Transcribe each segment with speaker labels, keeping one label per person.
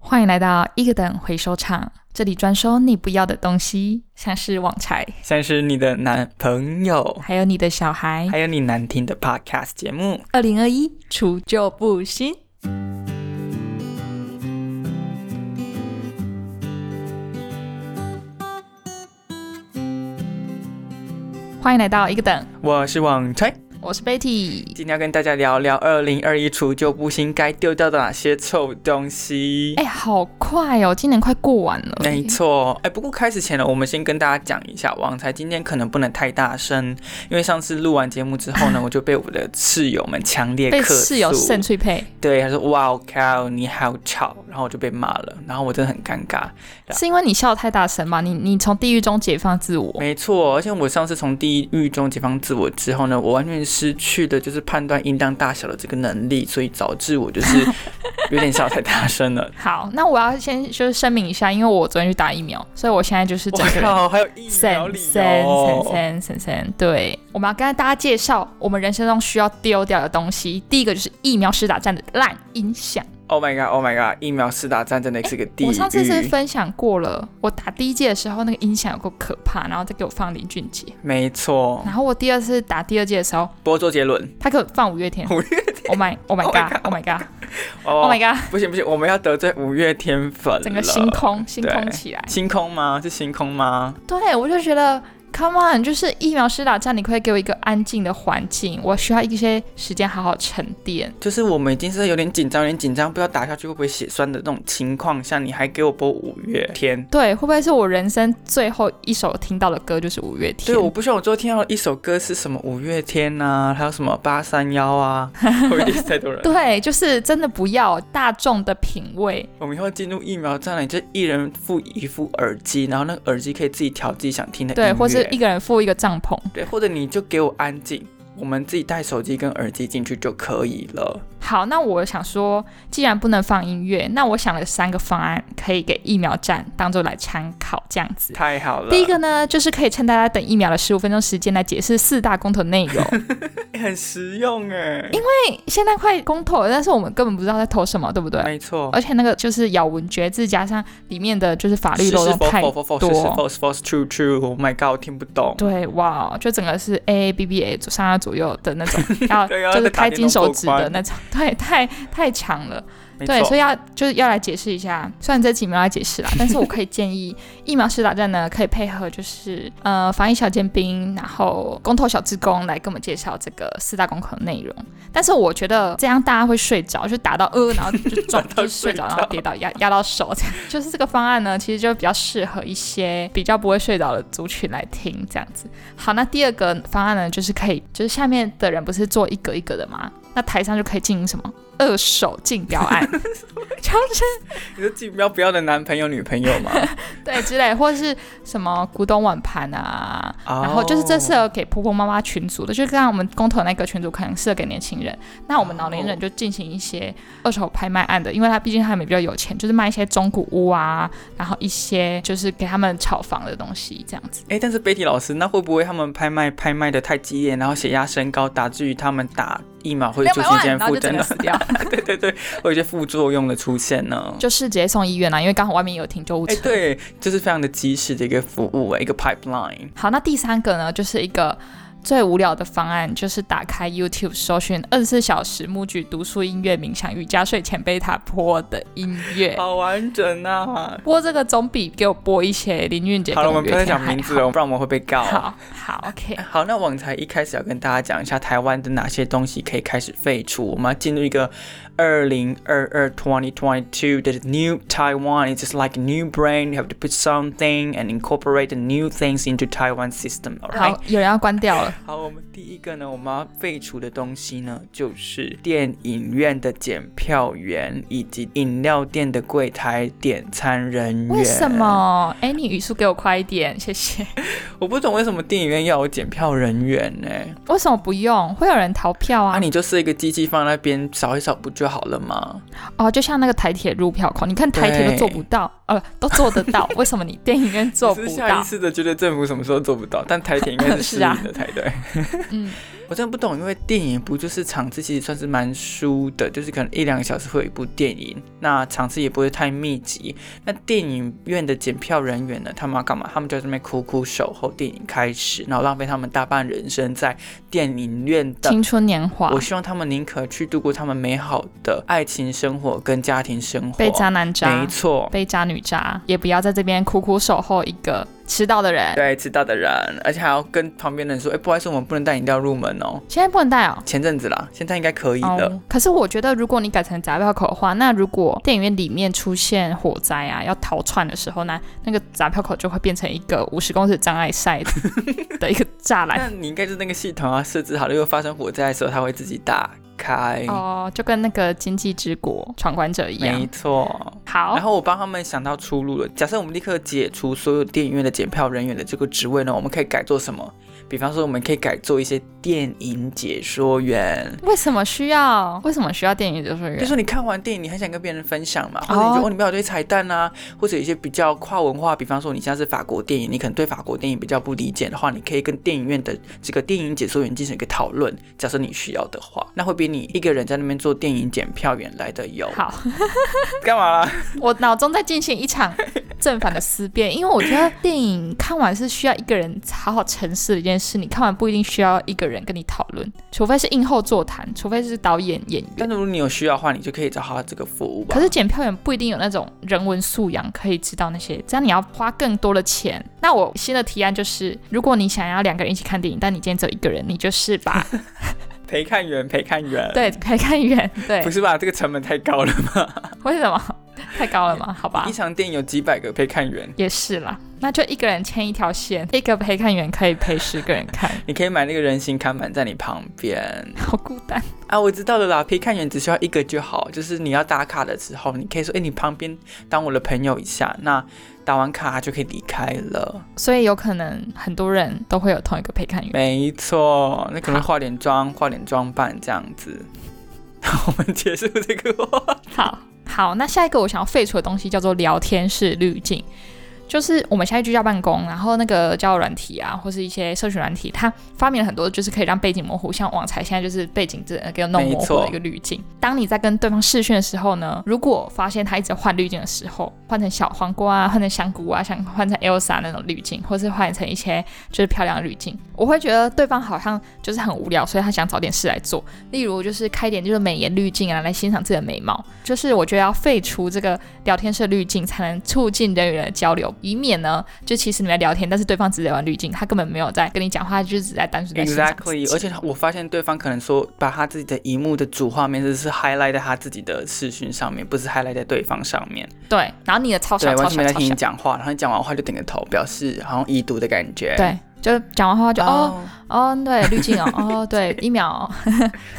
Speaker 1: 欢迎来到一个等回收厂，这里专收你不要的东西，像是网柴，
Speaker 2: 像是你的男朋友，
Speaker 1: 还有你的小孩。
Speaker 2: 还有你难听的 podcast 节目。
Speaker 1: 二零二一除旧布新，欢迎来到一个等，
Speaker 2: 我是网柴，
Speaker 1: 我是 Betty。
Speaker 2: 今天要跟大家聊聊二零二一除旧布新该丢掉的哪些臭东西。
Speaker 1: 哎、好快哦，今年快过完了。
Speaker 2: 没错，哎、不过开始前呢，我们先跟大家讲一下，王才今天可能不能太大声，因为上次录完节目之 后呢，我就被我的室友们强烈
Speaker 1: 被
Speaker 2: 客诉，
Speaker 1: 室友扇脆配，
Speaker 2: 对，他说哇我靠，你好吵，然后我就被骂了，然后我真的很尴尬。
Speaker 1: 是因为你笑得太大声嘛？你你从地狱中解放自我，
Speaker 2: 没错，而且我上次从地狱中解放自我之后呢，我完全失去了就是判断音量大小的这个能力，所以导致我就是 有点笑太大声了。
Speaker 1: 好，那我要先就是声明一下，因为我昨天去打疫苗，所以我现在就是
Speaker 2: 我
Speaker 1: 整个人
Speaker 2: 靠，还有疫苗
Speaker 1: 神
Speaker 2: 理
Speaker 1: 神神
Speaker 2: 由，
Speaker 1: 神神神。对，我们要跟大家介绍我们人生中需要丢掉的东西。第一个就是疫苗施打站的烂音响，
Speaker 2: Oh my god, Oh my god！疫苗施打战真的是个地狱。
Speaker 1: 我上次是分享过了，我打第一届的时候那个音响有够可怕，然后再给我放林俊杰。
Speaker 2: 没错，
Speaker 1: 然后我第二次打第二届的时候，
Speaker 2: 波周杰伦。
Speaker 1: 他给我放五月天。
Speaker 2: 五
Speaker 1: 月天，Oh my Oh my
Speaker 2: Oh my
Speaker 1: God，Oh my God，Oh
Speaker 2: 哦
Speaker 1: my God，
Speaker 2: 不行不行，我们要得罪五月天粉了。
Speaker 1: 整个星空星空起来。
Speaker 2: 星空吗？是星空吗？
Speaker 1: 对，我就觉得，Come on，就是疫苗施打站，你可以给我一个安静的环境，我需要一些时间好好沉淀。
Speaker 2: 就是我们已经是有点紧张，有点紧张，不知道打下去会不会血栓的那种情况下，你还给我播五月天。
Speaker 1: 对，会不会是我人生最后一首听到的歌就是五月天？
Speaker 2: 对，我不希望我最后听到一首歌是什么五月天呐、还有什么八三幺 啊，会不会 diss 太多人。
Speaker 1: 对，就是真的不要大众的品味，
Speaker 2: 我们以后进入疫苗站了，你就一人付一副耳机，然后那个耳机可以自己调自己想听的音
Speaker 1: 对，
Speaker 2: 乐，
Speaker 1: 或是一个人付一个帐篷。
Speaker 2: 对，或者你就给我安静，我们自己带手机跟耳机进去就可以了。
Speaker 1: 好，那我想说，既然不能放音乐，那我想了三个方案可以给疫苗站当做来参考，这样子。
Speaker 2: 太好了，
Speaker 1: 第一个呢，就是可以趁大家等疫苗的十五分钟时间来解释四大公投内容。
Speaker 2: 欸很实用哎，因
Speaker 1: 现在快公投了，但是我们根本不知道在投什么，对不对？
Speaker 2: 没错，
Speaker 1: 而且那个就是咬文嚼字，加上里面的就是法律
Speaker 2: 是
Speaker 1: 漏
Speaker 2: 是
Speaker 1: 洞
Speaker 2: 否
Speaker 1: 太
Speaker 2: 否否否
Speaker 1: 多
Speaker 2: 是是否是否是 true true，Oh my god，我听不懂。
Speaker 1: 对，哇，就整个是 A A B B A 左上下左右的那 种，要
Speaker 2: 对要
Speaker 1: 就是
Speaker 2: 再打
Speaker 1: 开
Speaker 2: 电
Speaker 1: 金
Speaker 2: 动
Speaker 1: 手
Speaker 2: 过
Speaker 1: 指的
Speaker 2: 关
Speaker 1: 那种，对，太太长了，
Speaker 2: 没
Speaker 1: 对，
Speaker 2: 错
Speaker 1: 所以要就是要来解释一下。虽然这集没有来解释啦，但是我可以建议疫苗施打站呢，可以配合就是呃防疫小尖兵，然后公投小志工来跟我们介绍这个四大公投内容。但是我觉得这样大家会睡着，就打到呃，然后就撞，
Speaker 2: 打到
Speaker 1: 就是睡着，
Speaker 2: 睡
Speaker 1: 然
Speaker 2: 着
Speaker 1: 后跌倒压压到手，这样就是这个方案呢，其实就比较适合一些比较不会睡着的族群来听这样子。好，那第二个方案呢，就是可以，就是下面的人不是做一格一格的吗？那台上就可以进行什么二手竞标案，就是
Speaker 2: 你说竞标不要的男朋友、女朋友吗？
Speaker 1: 对之类，或者是什么古董碗盘啊， 然后就是这适
Speaker 2: 哦
Speaker 1: 合给婆婆妈妈群组的，就刚刚我们公投那个群组可能适合给年轻人，那我们老年人就进行一些二手拍卖案的，因为他毕竟他们比较有钱，就是卖一些中古屋啊，然后一些就是给他们炒房的东西这样子。
Speaker 2: 哎、但是 Betty 老师，那会不会他们拍卖拍卖的太激烈，然后血压升高，导致于他们打疫苗会
Speaker 1: 两
Speaker 2: 出
Speaker 1: 百
Speaker 2: 现
Speaker 1: 万，啊
Speaker 2: 一些
Speaker 1: 然后
Speaker 2: 副
Speaker 1: 就
Speaker 2: 作
Speaker 1: 整个
Speaker 2: 用？
Speaker 1: 死掉，
Speaker 2: 对对对，会有一些副作用的出现呢？
Speaker 1: 就是直接送医院啦、因为刚好外面有停救护
Speaker 2: 哎、
Speaker 1: 车。
Speaker 2: 对，就是非常的及时的一个服务，一个 pipeline。
Speaker 1: 好，那第三个呢，就是一个最无聊的方案，就是打开 YouTube 搜寻二十四小时木剧读书、音乐、冥想、瑜伽、睡前贝塔播的音乐。
Speaker 2: 好完整啊！
Speaker 1: 播这个总比给我播一些林俊杰
Speaker 2: 好
Speaker 1: 跟
Speaker 2: 了，我们
Speaker 1: 五
Speaker 2: 不要
Speaker 1: 月
Speaker 2: 再
Speaker 1: 天
Speaker 2: 讲
Speaker 1: 还
Speaker 2: 名字了，哦不然我们会被告。
Speaker 1: 好好，OK，
Speaker 2: 哎好，那网才一开始要跟大家讲一下台湾的哪些东西可以开始废除。我们要进入一个二零二二 twenty twenty two 的 new Taiwan. It's just like a new brain. You have to put something and incorporate the new things into Taiwan system. Alright.
Speaker 1: 好，有人要关掉了。
Speaker 2: 好，我们第一个呢，我们要废除的东西呢，就是电影院的检票员以及饮料店的柜台点餐人员。
Speaker 1: 为什？么？哎，你语速给我快一点，谢谢。
Speaker 2: 我不懂为什么电影院要有检票人员呢、
Speaker 1: 为什么不用？会有人逃票啊？
Speaker 2: 啊，你就是一个机器放在那边扫一扫不就好了吗？
Speaker 1: 哦，就像那个台铁入票口，你看台铁都做不到，呃，都做得到，为什么你电影院做
Speaker 2: 只
Speaker 1: 不
Speaker 2: 是下
Speaker 1: 到
Speaker 2: 意？识的觉得政府什么时候做不到，但台铁应该是
Speaker 1: 是
Speaker 2: 失
Speaker 1: 啊
Speaker 2: 灵的才对。
Speaker 1: 嗯，
Speaker 2: 我真的不懂，因为电影不就是场次其实算是蛮疏的，就是可能一两个小时会有一部电影，那场次也不会太密集。那电影院的检票人员呢，他们要干嘛？他们就在那边苦苦守候电影开始，然后浪费他们大半人生在电影院的
Speaker 1: 青春年华
Speaker 2: 我希望他们宁可去度过他们美好的爱情生活跟家庭生活。
Speaker 1: 被渣男渣
Speaker 2: 没，错，
Speaker 1: 被渣女渣，也不要在这边苦苦守候一个迟到的人。
Speaker 2: 对，知道的人，而且还要跟旁边的人说，哎、不好意思，我们不能带饮料入门哦。
Speaker 1: 现在不能带哦。
Speaker 2: 前阵子啦，现在应该可以的。
Speaker 1: 哦，可是我觉得，如果你改成砸票口的话，那如果电影院里面出现火灾啊，要逃窜的时候呢，那个砸票口就会变成一 个五十公尺障碍赛 的一个栅栏。
Speaker 2: 那你应该就是那个系统啊，设置好了，如果发生火灾的时候，它会自己打开。
Speaker 1: 哦，就跟那个经济之国闯关者一
Speaker 2: 没
Speaker 1: 样。
Speaker 2: 错。
Speaker 1: 好
Speaker 2: 然，后我帮他们想到出路了。假设我们立刻解除所有电影院的检票人员的这个职位呢，我们可以改做什么？比方说，我们可以改做一些电影解说员。
Speaker 1: 为什么需要？为什么需要电影解说
Speaker 2: 就
Speaker 1: 员？
Speaker 2: 是你看完电影，你很想跟别人分享嘛，
Speaker 1: 啊哦
Speaker 2: 或者你觉得哦里面有堆彩蛋啊，或者有一些比较跨文化，比方说你现在是法国电影，你可能对法国电影比较不理解的话，你可以跟电影院的这个电影解说员进行一个讨论，假设你需要的话，那会比你一个人在那边做电影检票员来的有。
Speaker 1: 好，
Speaker 2: 干嘛啦？
Speaker 1: 我脑中在进行一 场正反的思辨，因为我觉得电影看完是需要一个人好好沉思的一件事，你看完不一定需要一个人跟你讨论，除非是映后座谈，除非是导演演员
Speaker 2: 但。如果你有需要的话，你就可以找他这个服务吧
Speaker 1: 可。是检票员不一定有那种人文素养，可以知道那些。这样你要花更多的钱。那我新的提案就是，如果你想要两个人一起看电影，但你今天只有一个人，你就是 把
Speaker 2: 陪看员，陪看员。
Speaker 1: 对陪看员对
Speaker 2: 不，是吧？这个成本太高了吧？
Speaker 1: 为什么太高了吗？好吧
Speaker 2: 一，场电影有几百个陪看员，
Speaker 1: 也是啦，那就一个人牵一条线，一个陪看员可以陪十个人看，
Speaker 2: 你可以买那个人形看板在你旁边。
Speaker 1: 好孤单。
Speaker 2: 啊，我知道了啦，陪看员只需要一个就好，就是你要打卡的时候，你可以说，哎、你旁边当我的朋友一下，那打完卡他就可以离开了。
Speaker 1: 所以有可能很多人都会有同一个陪看员。
Speaker 2: 没错，那可能
Speaker 1: 好
Speaker 2: 化点妆，化点装扮这样子。 好，我们结束这 个话题。
Speaker 1: 好好，那下一个我想要废除的东西叫做聊天室滤镜，就是我们现在居家办公，然后那个交友软体啊，或是一些社群软体，它发明了很多就是可以让背景模糊，像网才现在就是背景这呃给弄模
Speaker 2: 没
Speaker 1: 糊
Speaker 2: 错
Speaker 1: 的一个滤镜。当你在跟对方视讯的时候呢，如果发现他一直换滤镜的时候，换成小黄瓜啊，换成香菇啊，像换成 Elsa 那种滤镜，或是换成一些就是漂亮的滤镜，我会觉得对方好像就是很无聊，所以他想找点事来做。例如就是开点就是美颜滤镜啊，来欣赏自己的美貌。就是我觉得要废除这个聊天室滤镜，才能促进人与人的交流，以免呢，就其实你们在聊天，但是对方只在玩滤镜，他根本没有在跟你讲话，就是只在单纯在欣赏自己
Speaker 2: Exactly，而且我发现对方可能说把他自己的荧幕的主画面，就是 highlight 在他自己的视讯上面，不是 highlight 在对方上面。
Speaker 1: 对，然后你的超
Speaker 2: 对
Speaker 1: 小，
Speaker 2: 完
Speaker 1: 超
Speaker 2: 全
Speaker 1: 小
Speaker 2: 没在
Speaker 1: 超
Speaker 2: 听你
Speaker 1: 小，
Speaker 2: 讲话，然后你讲完话就点个头，表示好像已读的感觉。，
Speaker 1: 对，就讲完话就哦
Speaker 2: 哦，
Speaker 1: 哦对滤镜 哦哦对一秒哦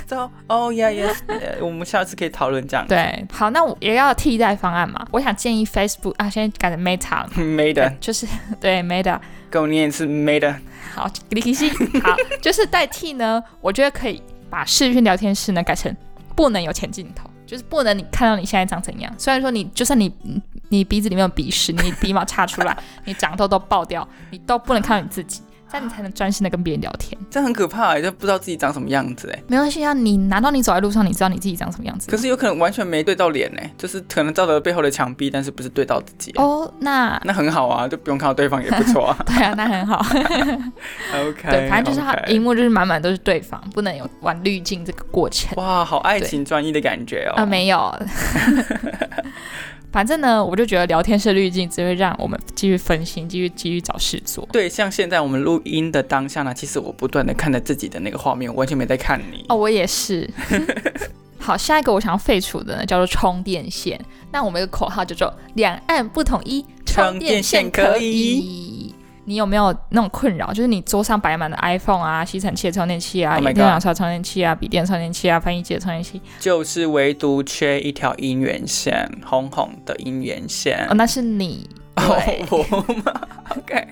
Speaker 2: 走，哦 呀呀，呃我们下次可以讨论这样。
Speaker 1: 对好，那我也要替代方案嘛，我想建议 Facebook 啊，现在改成 Meta 了嘛，
Speaker 2: 没的，
Speaker 1: 就是对 Meta，
Speaker 2: 跟我念一次没的。
Speaker 1: 好，李奇西， 好，就是代替呢，我觉得可以把视讯聊天室呢改成不能有前镜头，就是不能你看到你现在长怎样。虽然说你就算你你你鼻子里面有鼻屎，你鼻毛插出来， 你长痘痘爆掉，你都不能看到你自己，这样你才能专心的跟别人聊天。
Speaker 2: 这样很可怕欸，就不知道自己长什么样子哎。
Speaker 1: 没关系啊，你拿到你走在路上，你知道你自己长什么样子
Speaker 2: 可。是有可能完全没对到脸哎，就是可能照着背后的墙壁，但是不是对到自己欸。
Speaker 1: 哦，那。
Speaker 2: 那很好啊，就不用看到对方也不错啊
Speaker 1: 对啊，那很好。
Speaker 2: OK，
Speaker 1: 对，反正就是它
Speaker 2: OK
Speaker 1: 荧幕就是满满都是对方，不能有玩滤镜这个过程。
Speaker 2: 哇，好爱情专一的感觉哦。
Speaker 1: 啊，没 有。反正呢，我就觉得聊天室滤镜只会让我们继续分心，继续继续找事做。
Speaker 2: 对，像现在我们录音的当下呢，其实我不断的看着自己的那个画面，我完全没在看你。
Speaker 1: 哦，我也 是。好，下一个我想要废除的呢，叫做充电线。那我们有个口号叫做“两岸不统一，
Speaker 2: 充
Speaker 1: 充
Speaker 2: 电
Speaker 1: 电
Speaker 2: 线
Speaker 1: 线
Speaker 2: 可
Speaker 1: 可
Speaker 2: 以
Speaker 1: 以”。你有没有那种困扰？就是你桌上摆满了 iPhone 啊、吸尘器的充电器啊、
Speaker 2: Oh my
Speaker 1: 电脑上的充电器啊、笔电充电器啊、翻译机的充电器，
Speaker 2: 就是唯独缺一条姻缘线，红红的姻缘线
Speaker 1: 嗯 哦，。那是你。对
Speaker 2: 哦，我吗？OK，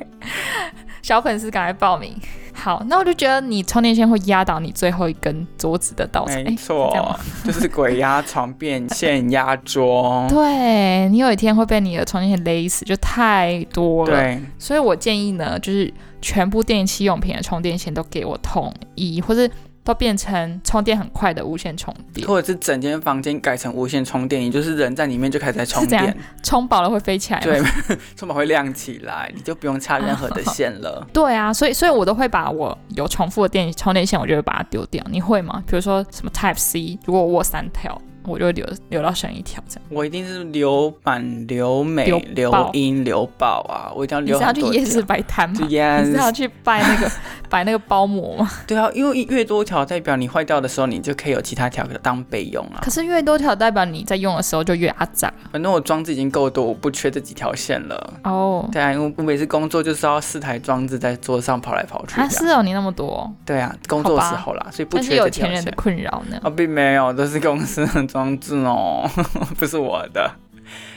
Speaker 1: 小粉丝赶快报名。好，那我就觉得你充电线会压倒你最后一根桌子的稻草。
Speaker 2: 没
Speaker 1: 诶是这样
Speaker 2: 错
Speaker 1: 吗，
Speaker 2: 就是鬼压床变现压 桌。
Speaker 1: 对你有一天会被你的充电线勒死，就太多了。
Speaker 2: 对，
Speaker 1: 所以我建议呢，就是全部电器用品的充电线都给我统一，或是都变成充电很快的无线充电，
Speaker 2: 或者是整间房间改成无线充电，也就是人在里面就开始在充
Speaker 1: 是这样
Speaker 2: 电，
Speaker 1: 充饱了会飞起来吗。
Speaker 2: 对，充满会亮起来，你就不用插任何的线 了。
Speaker 1: 对啊，所以所以我都会把我有重复的电充电线，我就会把它丢掉。你会吗？比如说什么 Type C，如果我有三条，我就会留留到剩一条这样。
Speaker 2: 我一定是留满、留美、
Speaker 1: 留
Speaker 2: 留
Speaker 1: 爆
Speaker 2: 音、留爆啊！我一定要
Speaker 1: 你
Speaker 2: 留
Speaker 1: 是要
Speaker 2: 很
Speaker 1: 去
Speaker 2: 多
Speaker 1: 夜市
Speaker 2: 条。
Speaker 1: 摆摊吗
Speaker 2: 就？
Speaker 1: 你是要
Speaker 2: yes，
Speaker 1: 去拜那 个摆那个包膜吗？
Speaker 2: 对啊，因为越多条代表你坏掉的时候，你就可以有其他条当备用啊。
Speaker 1: 可是越多条，代表你在用的时候就越阿杂
Speaker 2: 反正我装置已经够多，我不缺这几条线了。
Speaker 1: 哦。
Speaker 2: 对啊，因为我每次工作就是要四台装置在桌上跑来跑去这
Speaker 1: 啊，
Speaker 2: 样。
Speaker 1: 是哦，你那么多哦，
Speaker 2: 对啊，工作的
Speaker 1: 好
Speaker 2: 时
Speaker 1: 吧
Speaker 2: 候啦，所以不
Speaker 1: 但是
Speaker 2: 缺
Speaker 1: 有
Speaker 2: 这条
Speaker 1: 钱人的
Speaker 2: 线。
Speaker 1: 困扰呢。
Speaker 2: 啊，并没有，都是公司的装置哦， 不是我的。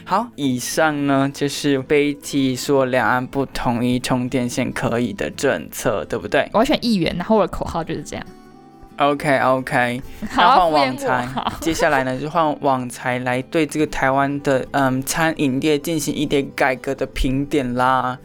Speaker 2: 好，以上呢就是贝蒂说两岸不统一充电线可以的政策，对不对
Speaker 1: 我要选议员，然后我的口号就是这 样。
Speaker 2: ？OK OK，那
Speaker 1: 好，
Speaker 2: 换
Speaker 1: 敷
Speaker 2: 网
Speaker 1: 衍我。
Speaker 2: 财
Speaker 1: 好，
Speaker 2: 接下来呢就换网财来对这个台湾的嗯餐饮业进行一点改革的评点啦。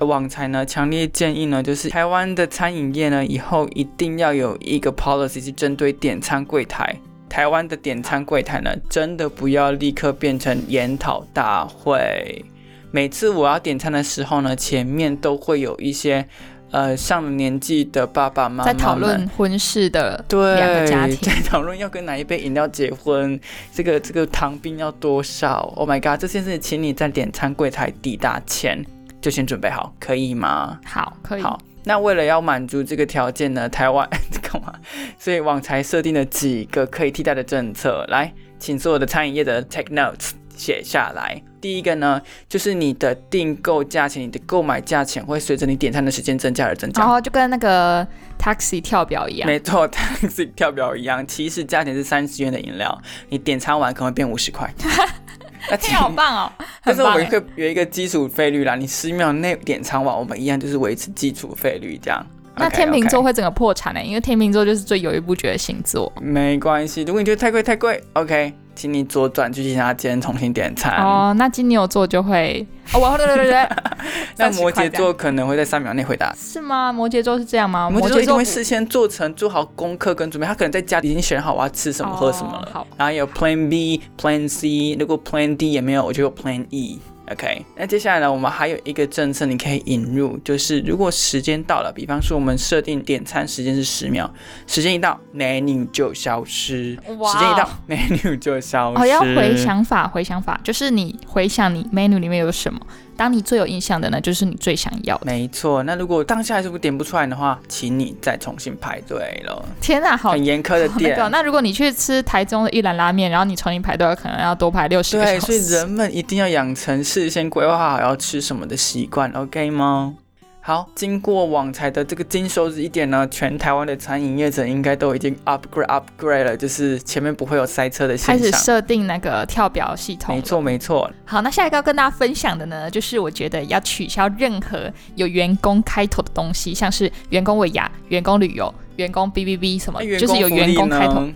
Speaker 2: 网财呢强烈建议呢，就是台湾的餐饮业呢以后一定要有一个 policy 是针对点餐柜台。台湾的点餐柜台呢，真的不要立刻变成研讨大会。每次我要点餐的时候呢，前面都会有一些呃上了年纪的爸爸妈妈
Speaker 1: 在讨
Speaker 2: 们
Speaker 1: 论婚事的
Speaker 2: 对，
Speaker 1: 两个家庭
Speaker 2: 在讨论要跟哪一杯饮料结婚，这个这个糖冰要多少？Oh my god！这件事，请你在点餐柜台抵达前就先准备好，可以吗？
Speaker 1: 好，可以。
Speaker 2: 好，那为了要满足这个条件呢，台湾 干嘛？所以网才设定了几个可以替代的政策，来，请所有的餐饮业的 take notes 写下来。第一个呢，就是你的订购价钱，你的购买价钱会随着你点餐的时间增加而增加
Speaker 1: 然。后就跟那个 taxi 跳表一样，
Speaker 2: 没错，Taxi 跳表一样，起始价钱是三十元的饮料，你点餐完可能会变五十 块。那其
Speaker 1: 嘿，好棒哦！
Speaker 2: 但是我
Speaker 1: 很
Speaker 2: 们
Speaker 1: 棒
Speaker 2: 会有一个基础费率啦，你十秒内点餐完，我们一样就是维持基础费率这样。
Speaker 1: 那
Speaker 2: OK，
Speaker 1: 天秤
Speaker 2: OK
Speaker 1: 座会整个破产欸呢、因为天秤座就是最犹豫不决的星座。
Speaker 2: 没关系，如果你觉得太贵太贵，OK，请你左转去其他间重新点餐。
Speaker 1: 哦，那金牛座就会，哦，我对 对对对，
Speaker 2: 那
Speaker 1: 30
Speaker 2: 摩羯
Speaker 1: 块这样
Speaker 2: 座可能会在三秒内回答。
Speaker 1: 是吗？摩羯座是这样吗？
Speaker 2: 摩羯
Speaker 1: 羯
Speaker 2: 座一定
Speaker 1: 座
Speaker 2: 会
Speaker 1: 不
Speaker 2: 事先做成做好功课跟准备，他可能在家里已经选好我要吃什么、喝什么了
Speaker 1: 哦。好，
Speaker 2: 然后有 Plan B、Plan C，如果 Plan D 也没有，我就有 Plan E。OK，那接下来呢，我们还有一个政策你可以引入，就是如果时间到了，比方说我们设定点餐时间是十秒，时间一到 menu 就消失，
Speaker 1: 哇哦
Speaker 2: 时间一到 menu 就消失。
Speaker 1: 哦，要回。想法，回想法就是你回想你 menu 里面有什么，当你最有印象的呢，就是你最想要的。
Speaker 2: 没错，那如果当下还是不点不出来的话，请你再重新排队了。
Speaker 1: 天哪，好
Speaker 2: 很严苛 的
Speaker 1: 好那
Speaker 2: 店
Speaker 1: 个哦，，那如果你去吃台中的一兰拉面，然后你重新排队，可能要多排六十个
Speaker 2: 对，
Speaker 1: 小时。
Speaker 2: 所以人们一定要养成事先规划好要吃什么的习惯，OK 吗？好，经过网才的这个金手指一点呢，全台湾的餐饮业者应该都已经 upgrade upgrade 了，就是前面不会有塞车的
Speaker 1: 开
Speaker 2: 现
Speaker 1: 始
Speaker 2: 象。
Speaker 1: 设定那个跳表系统
Speaker 2: 没
Speaker 1: 了。
Speaker 2: 错，没错，
Speaker 1: 好，那下一个要跟大家分享的呢，就是我觉得要取消任何有员工开头的东西，像是员工尾牙、员工旅游、员工 B B B 什么
Speaker 2: 那，哎员
Speaker 1: 就是
Speaker 2: 工
Speaker 1: 有
Speaker 2: 福
Speaker 1: 员
Speaker 2: 利
Speaker 1: 工开头。
Speaker 2: 呢？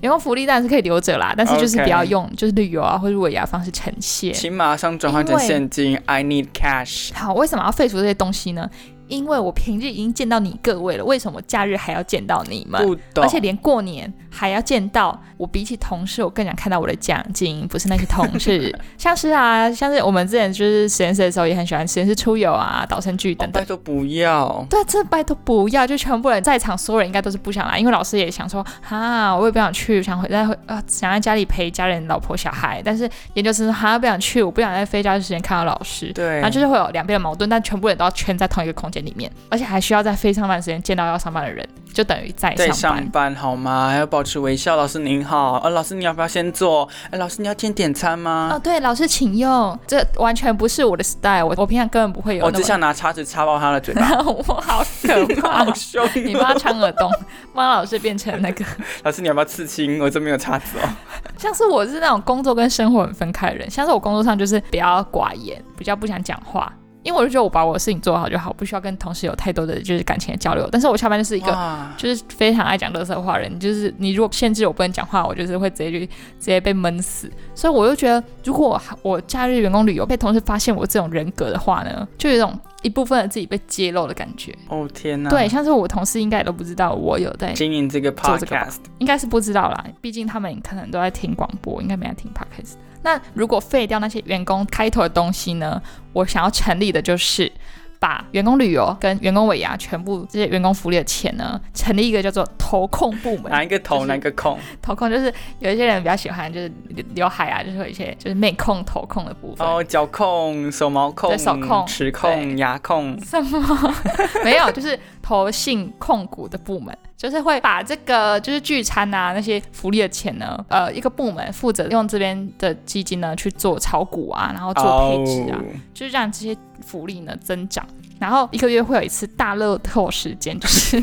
Speaker 1: 员工福利当然是可以留着啦，但是就是不要
Speaker 2: OK
Speaker 1: 用就是旅游啊或者尾牙方式呈现。
Speaker 2: 请马上转换成
Speaker 1: 因为
Speaker 2: 现金，I need cash。
Speaker 1: 好，为什么要废除这些东西呢？因为我平日已经见到你各位了，为什么假日还要见到你们？
Speaker 2: 不懂，哦
Speaker 1: 而且连过年还要见到我，比起同事，我更想看到我的奖金，不是那些同事。像是啊，像是我们之前就是实验室的时候，也很喜欢实验室出游啊、导生剧
Speaker 2: 哦
Speaker 1: 等等。
Speaker 2: 拜托不要。
Speaker 1: 对，这拜托不要！就全部人在场，所有人应该都是不想来，因为老师也想说啊，我也不想去，想回在啊，想在家里陪家人、老婆、小孩。但是研究生说哈，不想去，我不想在非假日时间看到老师。
Speaker 2: 对，
Speaker 1: 然后就是会有两边的矛盾，但全部人都要圈在同一个空间里面，而且还需要在非上班时间见到要上班的人，就等于在
Speaker 2: 在
Speaker 1: 上
Speaker 2: 上
Speaker 1: 班。
Speaker 2: 班好吗？还要保持微笑。老师您好，啊，老师你要不要先坐？哎，老师你要先点餐吗？
Speaker 1: 哦，对，老师请用，这完全不是我的 style，我我平常根本不会有
Speaker 2: 我
Speaker 1: 那
Speaker 2: 只
Speaker 1: 么。
Speaker 2: 哦想拿叉子插爆他的嘴 巴，
Speaker 1: 我好可怕
Speaker 2: 好！凶哦！
Speaker 1: 你帮他长耳洞，帮老师变成那个，
Speaker 2: 老师，你要不要刺青？我这边有叉子哦。
Speaker 1: 像是我是那种工作跟生活很分开的人，像是我工作上就是比较寡言，比较不想讲话，因为我就觉得我把我的事情做好就好，不需要跟同事有太多的就是感情的交流。但是我下班就是一个
Speaker 2: 哇
Speaker 1: 就是非常爱讲乐色话的人，就是你如果限制我不能讲话，我就是会直接就直接被闷死。所以我就觉得，如果我假日员工旅游被同事发现我这种人格的话呢，就有一种一部分的自己被揭露的感觉。
Speaker 2: 哦天哪！
Speaker 1: 对，，像是我同事应该也都不知道我有在，
Speaker 2: 经营这个
Speaker 1: 做这个吧
Speaker 2: podcast，
Speaker 1: 应该是不知道啦，毕竟他们可能都在听广播，应该没在听 podcast。那如果废掉那些员工开头的东西呢？我想要成立的就是把员工旅游跟员工尾牙全部这些员工福利的钱呢，成立一个叫做投控部门。
Speaker 2: 哪一个
Speaker 1: 就
Speaker 2: 头
Speaker 1: 是
Speaker 2: 哪一个控？
Speaker 1: 投控就是有一些人比较喜欢，就是刘刘海啊，就是有一些就是妹控、头控的部分。
Speaker 2: 哦，脚控、手毛控、
Speaker 1: 对手控
Speaker 2: 齿
Speaker 1: 对
Speaker 2: 控、牙控。
Speaker 1: 什么？ 没有，就是投信控股的部门， 就是会把这个就是聚餐啊那些福利的钱呢，呃，一个部门负责用这边的基金呢去做炒股啊，然后做配置
Speaker 2: 哦
Speaker 1: 啊就是让这些福利呢增长。然后一个月会有一次大乐透时间，就是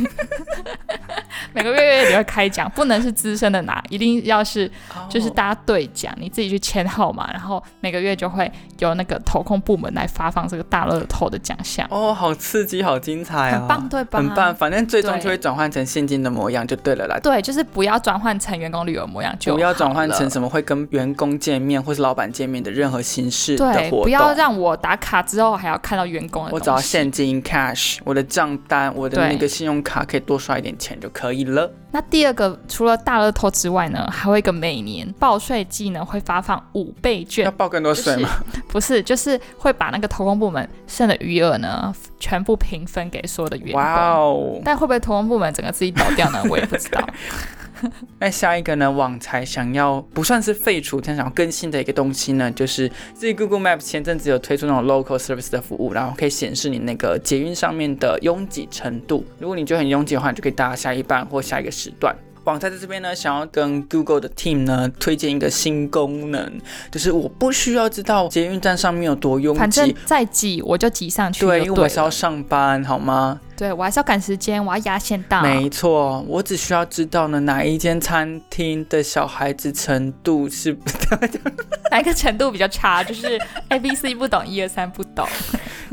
Speaker 1: 每个月你会开奖，不能是资深的拿，一定要是
Speaker 2: 哦
Speaker 1: 就是大家兑奖，你自己去签号码，然后每个月就会由那个投控部门来发放这个大乐透的奖项。
Speaker 2: 哦，好刺激，好精彩啊！
Speaker 1: 哎很棒，对吧？
Speaker 2: 很棒，。反正最终
Speaker 1: 对
Speaker 2: 就会转换成现金的模样就对了啦。
Speaker 1: 对，就是不要转换成员工旅游模样就
Speaker 2: 不要转换成
Speaker 1: 么
Speaker 2: 什么会跟员工见面或是老板见面的任何形式的
Speaker 1: 对，
Speaker 2: 活
Speaker 1: 不要
Speaker 2: 动。
Speaker 1: 让我打卡之后还要看到员工的
Speaker 2: 我
Speaker 1: 啊东西。
Speaker 2: 只要现金 cash，我的账单，我的
Speaker 1: 对
Speaker 2: 那个信用卡可以多刷一点钱就可以了。
Speaker 1: 那第二个，除了大乐透之外呢，还会一个每年报税季呢会发放五倍券
Speaker 2: 要，报更多税吗？
Speaker 1: 不是，就是会把那个投工部门剩的余额呢全部平分给所有的员工。
Speaker 2: 哇哦！
Speaker 1: 但会不会投工部门整个自己倒掉呢？我也不知 道。
Speaker 2: 那下一个呢？网才想要不算是废除，但想要更新的一个东西呢，就是自己 Google Maps 前阵子有推出那种 local service 的服务，然后可以显示你那个捷运上面的拥挤程度。如果你觉得很拥挤的话，你就可以搭下一班或下一个时段。网才在这边呢，想要跟 Google 的 team 呢推荐一个新功能，就是我不需要知道捷运站上面有多拥
Speaker 1: 反正
Speaker 2: 挤，
Speaker 1: 再挤我就挤上去就
Speaker 2: 对，
Speaker 1: 对
Speaker 2: 因为我还是要
Speaker 1: 了。
Speaker 2: 上班，好吗？
Speaker 1: 对我还是要赶时间，我要压线到。
Speaker 2: 没错，我只需要知道呢哪一间餐厅的小孩子程度是
Speaker 1: 哪一个程度比较差？就是 A、B、C 不懂，一二三不 懂。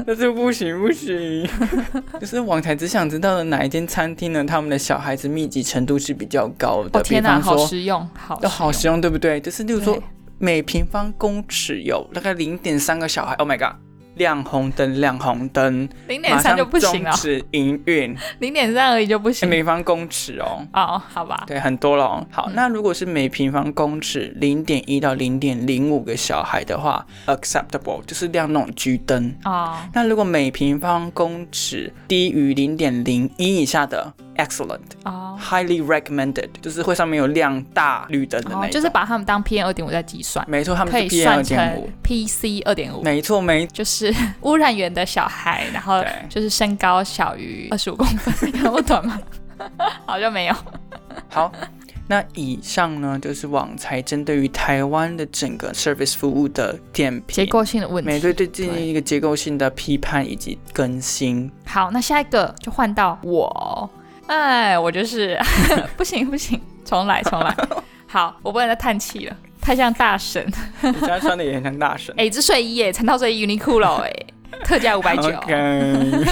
Speaker 2: 那就不行不行， 就是网台只想知道的哪一间餐厅呢？他们的小孩子密集程度是比较高的，
Speaker 1: 哦天
Speaker 2: 比方
Speaker 1: 好
Speaker 2: 说
Speaker 1: 实用，好
Speaker 2: 都好
Speaker 1: 实
Speaker 2: 实用，对不对？就是例如
Speaker 1: 用。
Speaker 2: 说
Speaker 1: 对
Speaker 2: 每平方公尺有大概零点三个小孩，Oh my god！亮红灯，亮红 灯，
Speaker 1: 零点
Speaker 2: 马
Speaker 1: 三
Speaker 2: 上
Speaker 1: 就不行
Speaker 2: 终
Speaker 1: 了，
Speaker 2: 止营 运，
Speaker 1: 零点三而已就不
Speaker 2: 哎
Speaker 1: 行。
Speaker 2: 每平方公尺哦。
Speaker 1: 哦，好吧，
Speaker 2: 对，很多了哦。好，
Speaker 1: 嗯
Speaker 2: 那如果是每平方公尺零点一到零点零五个小孩的话，acceptable 就是亮那种橘灯。
Speaker 1: 哦，
Speaker 2: 那如果每平方公尺低于零点零一以下的，excellent，highly
Speaker 1: 哦，
Speaker 2: recommended，就是会上面有亮大绿灯的那一
Speaker 1: 哦，
Speaker 2: 种
Speaker 1: 就是把它们当 P N 二点五在计算，
Speaker 2: 没错，他们
Speaker 1: 可
Speaker 2: 是
Speaker 1: 以
Speaker 2: P
Speaker 1: 算
Speaker 2: 二点
Speaker 1: 成
Speaker 2: 五，
Speaker 1: P C 二点五，
Speaker 2: 没错没
Speaker 1: 就是 污染源的小孩，然后
Speaker 2: 对
Speaker 1: 就是身高小于二十五公分， 有那么短吗？好像没有。
Speaker 2: 好。那以上呢，就是网才针对于台湾的整个 service 服务的点
Speaker 1: 结
Speaker 2: 评，
Speaker 1: 构性的问
Speaker 2: 每对
Speaker 1: 题。
Speaker 2: 对进行一个结构性的批判以及更新。
Speaker 1: 好，那下一个就换到我。哎，我就是 不行不行，重来重 来。好，我不能再叹气了，太像大神。
Speaker 2: 你现在穿的也很像大神。
Speaker 1: 哎、这睡衣耶，成套睡衣 Uniqlo 哎，特价五百 九。
Speaker 2: OK，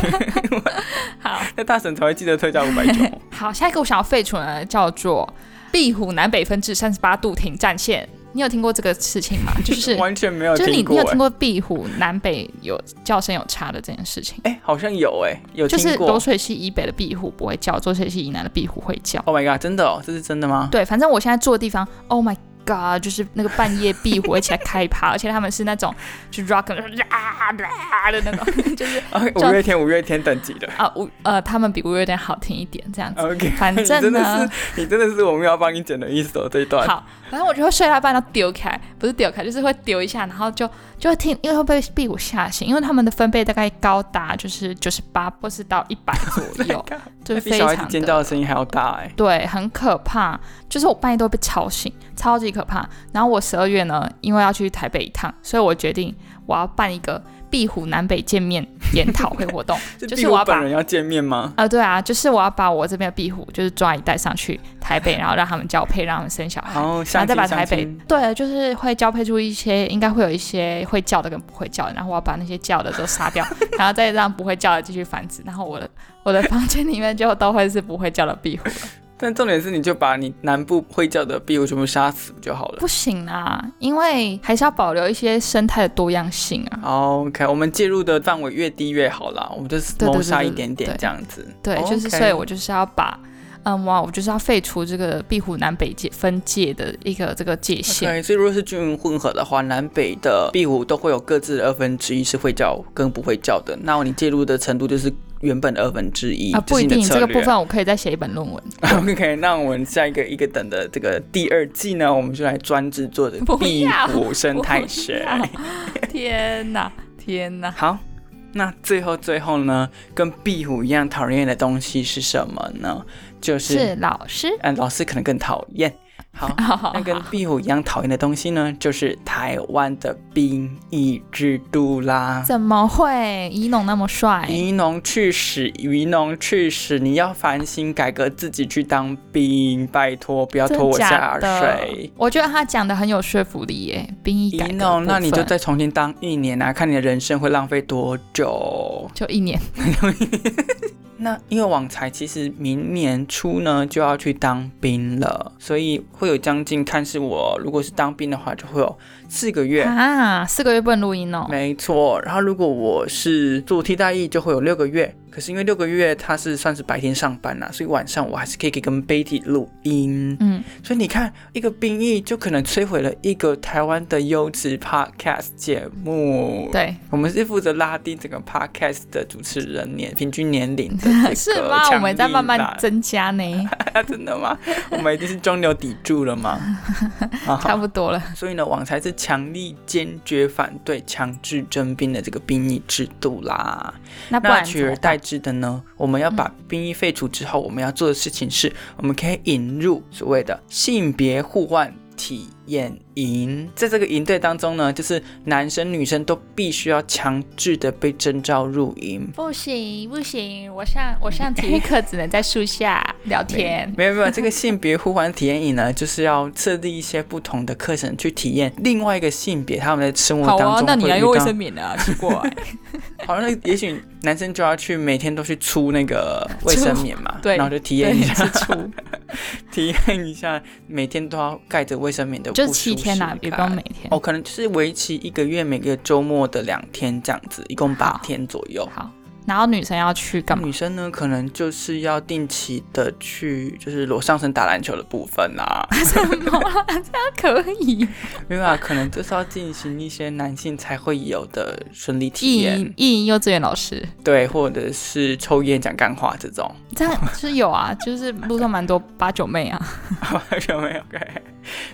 Speaker 1: 好
Speaker 2: 那大神才会记得特价五百九。
Speaker 1: 好，下一个我想要废除呢，叫做壁虎南北分治三十八度停战线。你有听过这个事情吗？就 是
Speaker 2: 完全没有
Speaker 1: 就是你
Speaker 2: 听
Speaker 1: 你
Speaker 2: 过
Speaker 1: 有
Speaker 2: 哎
Speaker 1: 听、过欸壁虎南北有叫声有差的这件事情？
Speaker 2: 哎好像有哎、有
Speaker 1: 就
Speaker 2: 听
Speaker 1: 是
Speaker 2: 过。
Speaker 1: 浊水溪以北的壁虎不会叫，浊水溪以南的壁虎会叫。
Speaker 2: Oh my god，真的哦，这是真的吗？
Speaker 1: 对，反正我现在住的地方，Oh my God，就是那个半夜壁虎会起来开趴， 而且他们是那种就 rock 啊啊的那种， 就是
Speaker 2: ，OK，
Speaker 1: 叫
Speaker 2: 五月天，五月天等级的。
Speaker 1: 啊五呃，他们比五月天好听一点这样子。
Speaker 2: OK，
Speaker 1: 反
Speaker 2: 你
Speaker 1: 正
Speaker 2: 呃真的
Speaker 1: 呢，
Speaker 2: 是，你真的是我们要帮你剪的一首这一段。
Speaker 1: 好，反正我就会睡到一半，然后丢开，不是丢开，就是会丢一下，然后就就会听，因为会被屁股吓醒，因为他们的分贝大概高达就是九十八或是到一百 左右，就是
Speaker 2: 比
Speaker 1: 非
Speaker 2: 小孩子
Speaker 1: 常
Speaker 2: 尖
Speaker 1: 的
Speaker 2: 叫的声音还要大哎、
Speaker 1: 对，很可怕，就是我半夜都被吵醒，超级可怕。然后我十二月呢，因为要去台北一趟，所以我决定我要办一个壁虎南北见面研讨会活 动
Speaker 2: 是
Speaker 1: 就
Speaker 2: 壁
Speaker 1: 是
Speaker 2: 虎
Speaker 1: 我要
Speaker 2: 本
Speaker 1: 把
Speaker 2: 人要见面吗？
Speaker 1: 啊，对啊，就是我要把我这边的壁虎就是抓一袋上去台 北，然后让他们交配，让他们生小孩
Speaker 2: 然。
Speaker 1: 哎
Speaker 2: 后
Speaker 1: 然
Speaker 2: 相
Speaker 1: 后再
Speaker 2: 亲
Speaker 1: 把
Speaker 2: 相
Speaker 1: 台北
Speaker 2: 亲
Speaker 1: 对，就是会交配出一些，应该会有一些会叫的跟不会叫的，然后我要把那些叫的都杀 掉，然后再让不会叫的继续繁殖，然后我的我的房间里面就都会是不会叫的壁虎了。
Speaker 2: 但重点是，你就把你南部会叫的壁虎全部杀死不就好了
Speaker 1: 不行啊，因为还是要保留一些生态的多样性啊。
Speaker 2: ？OK，我们介入的范围越低越好啦，我们就是
Speaker 1: 对对
Speaker 2: 谋
Speaker 1: 对
Speaker 2: 杀
Speaker 1: 对
Speaker 2: 一点点
Speaker 1: 对
Speaker 2: 这样子。
Speaker 1: 对，就是
Speaker 2: 哦 OK
Speaker 1: 所以我就是要把。嗯哇，我就是要废除这个壁虎南北界分界的一个这个界限。
Speaker 2: OK，所以如果是均匀混合的话，南北的壁虎都会有各自的二分之一是会叫跟不会叫的，那你介入的程度就是原本的二分之一，
Speaker 1: 啊，不一定，
Speaker 2: 这
Speaker 1: 这
Speaker 2: 是
Speaker 1: 个
Speaker 2: 你的
Speaker 1: 部
Speaker 2: 策
Speaker 1: 分我可以再写一本论文。
Speaker 2: 略。OK，那我们下一个一个等的这个第二季呢，我们就来专制做的
Speaker 1: 不
Speaker 2: 壁
Speaker 1: 要
Speaker 2: 虎生态
Speaker 1: 不
Speaker 2: 学。
Speaker 1: 要天哪，天哪！
Speaker 2: 好，那最后最后呢，跟壁虎一样讨厌的东西是什么呢？就是，
Speaker 1: 是老师。，
Speaker 2: 嗯，老师可能更讨厌。好
Speaker 1: 好好
Speaker 2: 那跟
Speaker 1: 好
Speaker 2: 壁虎一样讨厌的东西呢，就是台湾的兵役制度啦。
Speaker 1: 怎么会？伊农那么帅，
Speaker 2: 移农去死，移农去死！你要反省改革，自己去当兵，拜托，不要
Speaker 1: 真
Speaker 2: 拖我下
Speaker 1: 假的
Speaker 2: 水。？
Speaker 1: 我觉得他讲的很有说服力耶，兵役
Speaker 2: 移
Speaker 1: 改革的
Speaker 2: 农，
Speaker 1: 部
Speaker 2: 那你就
Speaker 1: 分
Speaker 2: 再重新当一年啊，看你的人生会浪费多久。
Speaker 1: 就一年。
Speaker 2: 那因为网才其实明年初呢就要去当兵了，所以会有将近看是我如果是当兵的话，就会有四个月。
Speaker 1: 啊，四个月不能录音哦。
Speaker 2: 没错，然后如果我是做替代役，就会有六个月。可是因为六个月它是算是白天上班啦、所以晚上我还是可以跟 Betty 录音。
Speaker 1: 嗯，
Speaker 2: 所以你看，一个兵役就可能摧毁了一个台湾的优质 podcast 节目。，
Speaker 1: 对，
Speaker 2: 我们是负责拉低整个 podcast 的主持人年平均年龄的这个
Speaker 1: 是吗？我们在慢
Speaker 2: 强力啦
Speaker 1: 慢增加呢，
Speaker 2: 真的吗？我们一定是中流砥柱 了吗？啊
Speaker 1: 差
Speaker 2: 好，
Speaker 1: 不多了。
Speaker 2: 所以呢，网才是强力坚决反对强制征兵的这个兵役制度啦。
Speaker 1: 那不
Speaker 2: 那
Speaker 1: 然
Speaker 2: 取
Speaker 1: 怎
Speaker 2: 而
Speaker 1: 么办嗯
Speaker 2: 代之的呢，我们要把兵役废除之后，我们要做的事情是，我们可以引入所谓的性别互换。体验营，在这个营队当中呢，就是男生女生都必须要强制的被征召入营，
Speaker 1: 不行不行，我上我上体育课只能在树下聊天。
Speaker 2: 没有没有，这个性别互换体验营呢，就是要设立一些不同的课程去体验另外一个性别他们在生活
Speaker 1: 好
Speaker 2: 当中
Speaker 1: 啊
Speaker 2: 会，
Speaker 1: 那你来
Speaker 2: 遇
Speaker 1: 用卫
Speaker 2: 到
Speaker 1: 生棉啊，奇怪。
Speaker 2: 好，那也许男生就要去每天都去出那个 卫
Speaker 1: 出
Speaker 2: 生棉嘛，
Speaker 1: 对
Speaker 2: 然后就体
Speaker 1: 对
Speaker 2: 验一下，
Speaker 1: 是出，
Speaker 2: 体 验一下每天都要盖着卫生棉的不
Speaker 1: 就
Speaker 2: 舒
Speaker 1: 是
Speaker 2: 适感，
Speaker 1: 七天啦、也不用每天。
Speaker 2: 哦，可能就是为期一个月，每个周末的两天这样子，一共八
Speaker 1: 好
Speaker 2: 天左右。
Speaker 1: 好，然后女生要去干嘛？
Speaker 2: 女生呢，可能就是要定期的去，就是裸上身打篮球的部分啦、
Speaker 1: 什么啊？这样可以？
Speaker 2: 没有啊，可能就是要进行一些男性才会有的生理体验
Speaker 1: 意，意幼稚园老师，
Speaker 2: 对，或者是抽烟讲干话这种，
Speaker 1: 这样就是有啊，就是路上蛮多八九妹啊。
Speaker 2: 有没有？OK，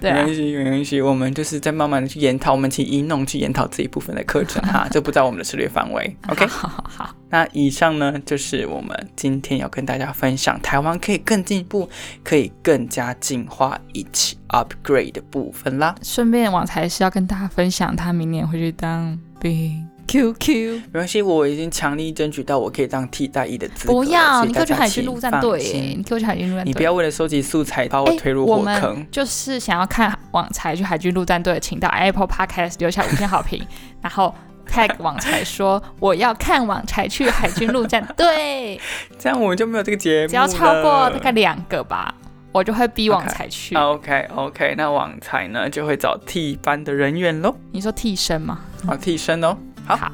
Speaker 1: 对
Speaker 2: 没
Speaker 1: 啊
Speaker 2: 关，系，没关系，我们就是在慢慢的去研讨，我们请一弄去研讨这一部分的课程 哈，这不在我们的策略范围。OK，
Speaker 1: 好好好，
Speaker 2: 那以上呢就是我们今天要跟大家分享台湾可以更进步，可以更加进化以及 upgrade 的部分啦。
Speaker 1: 顺便网才是要跟大家分享，他明年会去当兵。QQ，
Speaker 2: 没关系，我已经强力争取到我可以当替代役的资格了。
Speaker 1: 不要，你给我去
Speaker 2: 所以大家
Speaker 1: 海军
Speaker 2: 请
Speaker 1: 陆战
Speaker 2: 放
Speaker 1: 队
Speaker 2: 心
Speaker 1: 耶，你给我去海军陆战队。
Speaker 2: 你不要为了收集素材把我
Speaker 1: 哎
Speaker 2: 推入
Speaker 1: 我
Speaker 2: 火
Speaker 1: 们
Speaker 2: 坑。
Speaker 1: 就是想要看网才去海军陆战队，请到 Apple Podcast 留下五星好 评，然后 tag 网才说我要看网才去海军陆战 队，
Speaker 2: 这样我们就没有这个节目了。
Speaker 1: 只要超过大概两个吧，我就会逼网才去。
Speaker 2: OK OK，那网才呢就会找替班的人员喽，
Speaker 1: 你说替身吗？
Speaker 2: 好替身哦。好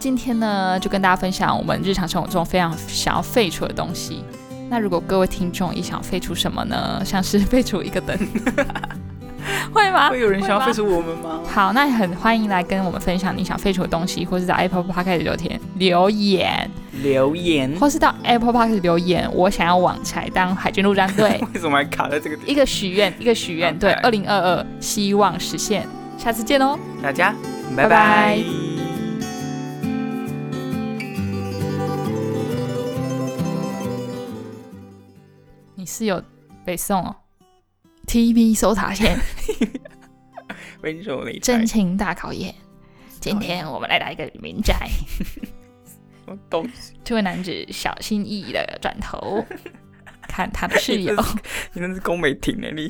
Speaker 1: 今天呢，就跟大家分享我们日常生活中非常想要废除的东西。那如果各位听众也想废除什么呢？像是废除一个灯， 啊会吗？
Speaker 2: 会有人想要
Speaker 1: 吗
Speaker 2: 废除我们吗？
Speaker 1: 好，那很欢迎来跟我们分享你想废除的东西，或是在 Apple Podcast 留言留言，
Speaker 2: 留言，
Speaker 1: 或是到 Apple Podcast 留言，我想要网才当海军陆战队
Speaker 2: 为什么还卡在这个
Speaker 1: 一
Speaker 2: 点？
Speaker 1: 个许愿，一个许愿，对，
Speaker 2: OK
Speaker 1: 二零二二，希望实现，下次见哦。
Speaker 2: 大家
Speaker 1: 拜拜
Speaker 2: 拜拜
Speaker 1: 你是有北宋 哦，TV 搜查 线
Speaker 2: 温柔理财
Speaker 1: 真。情大考验，今天我们来打一个民宅，
Speaker 2: 哦什么东西？
Speaker 1: 这位男子小心翼翼的转头看他的室友，
Speaker 2: 你那是宫美婷哎，你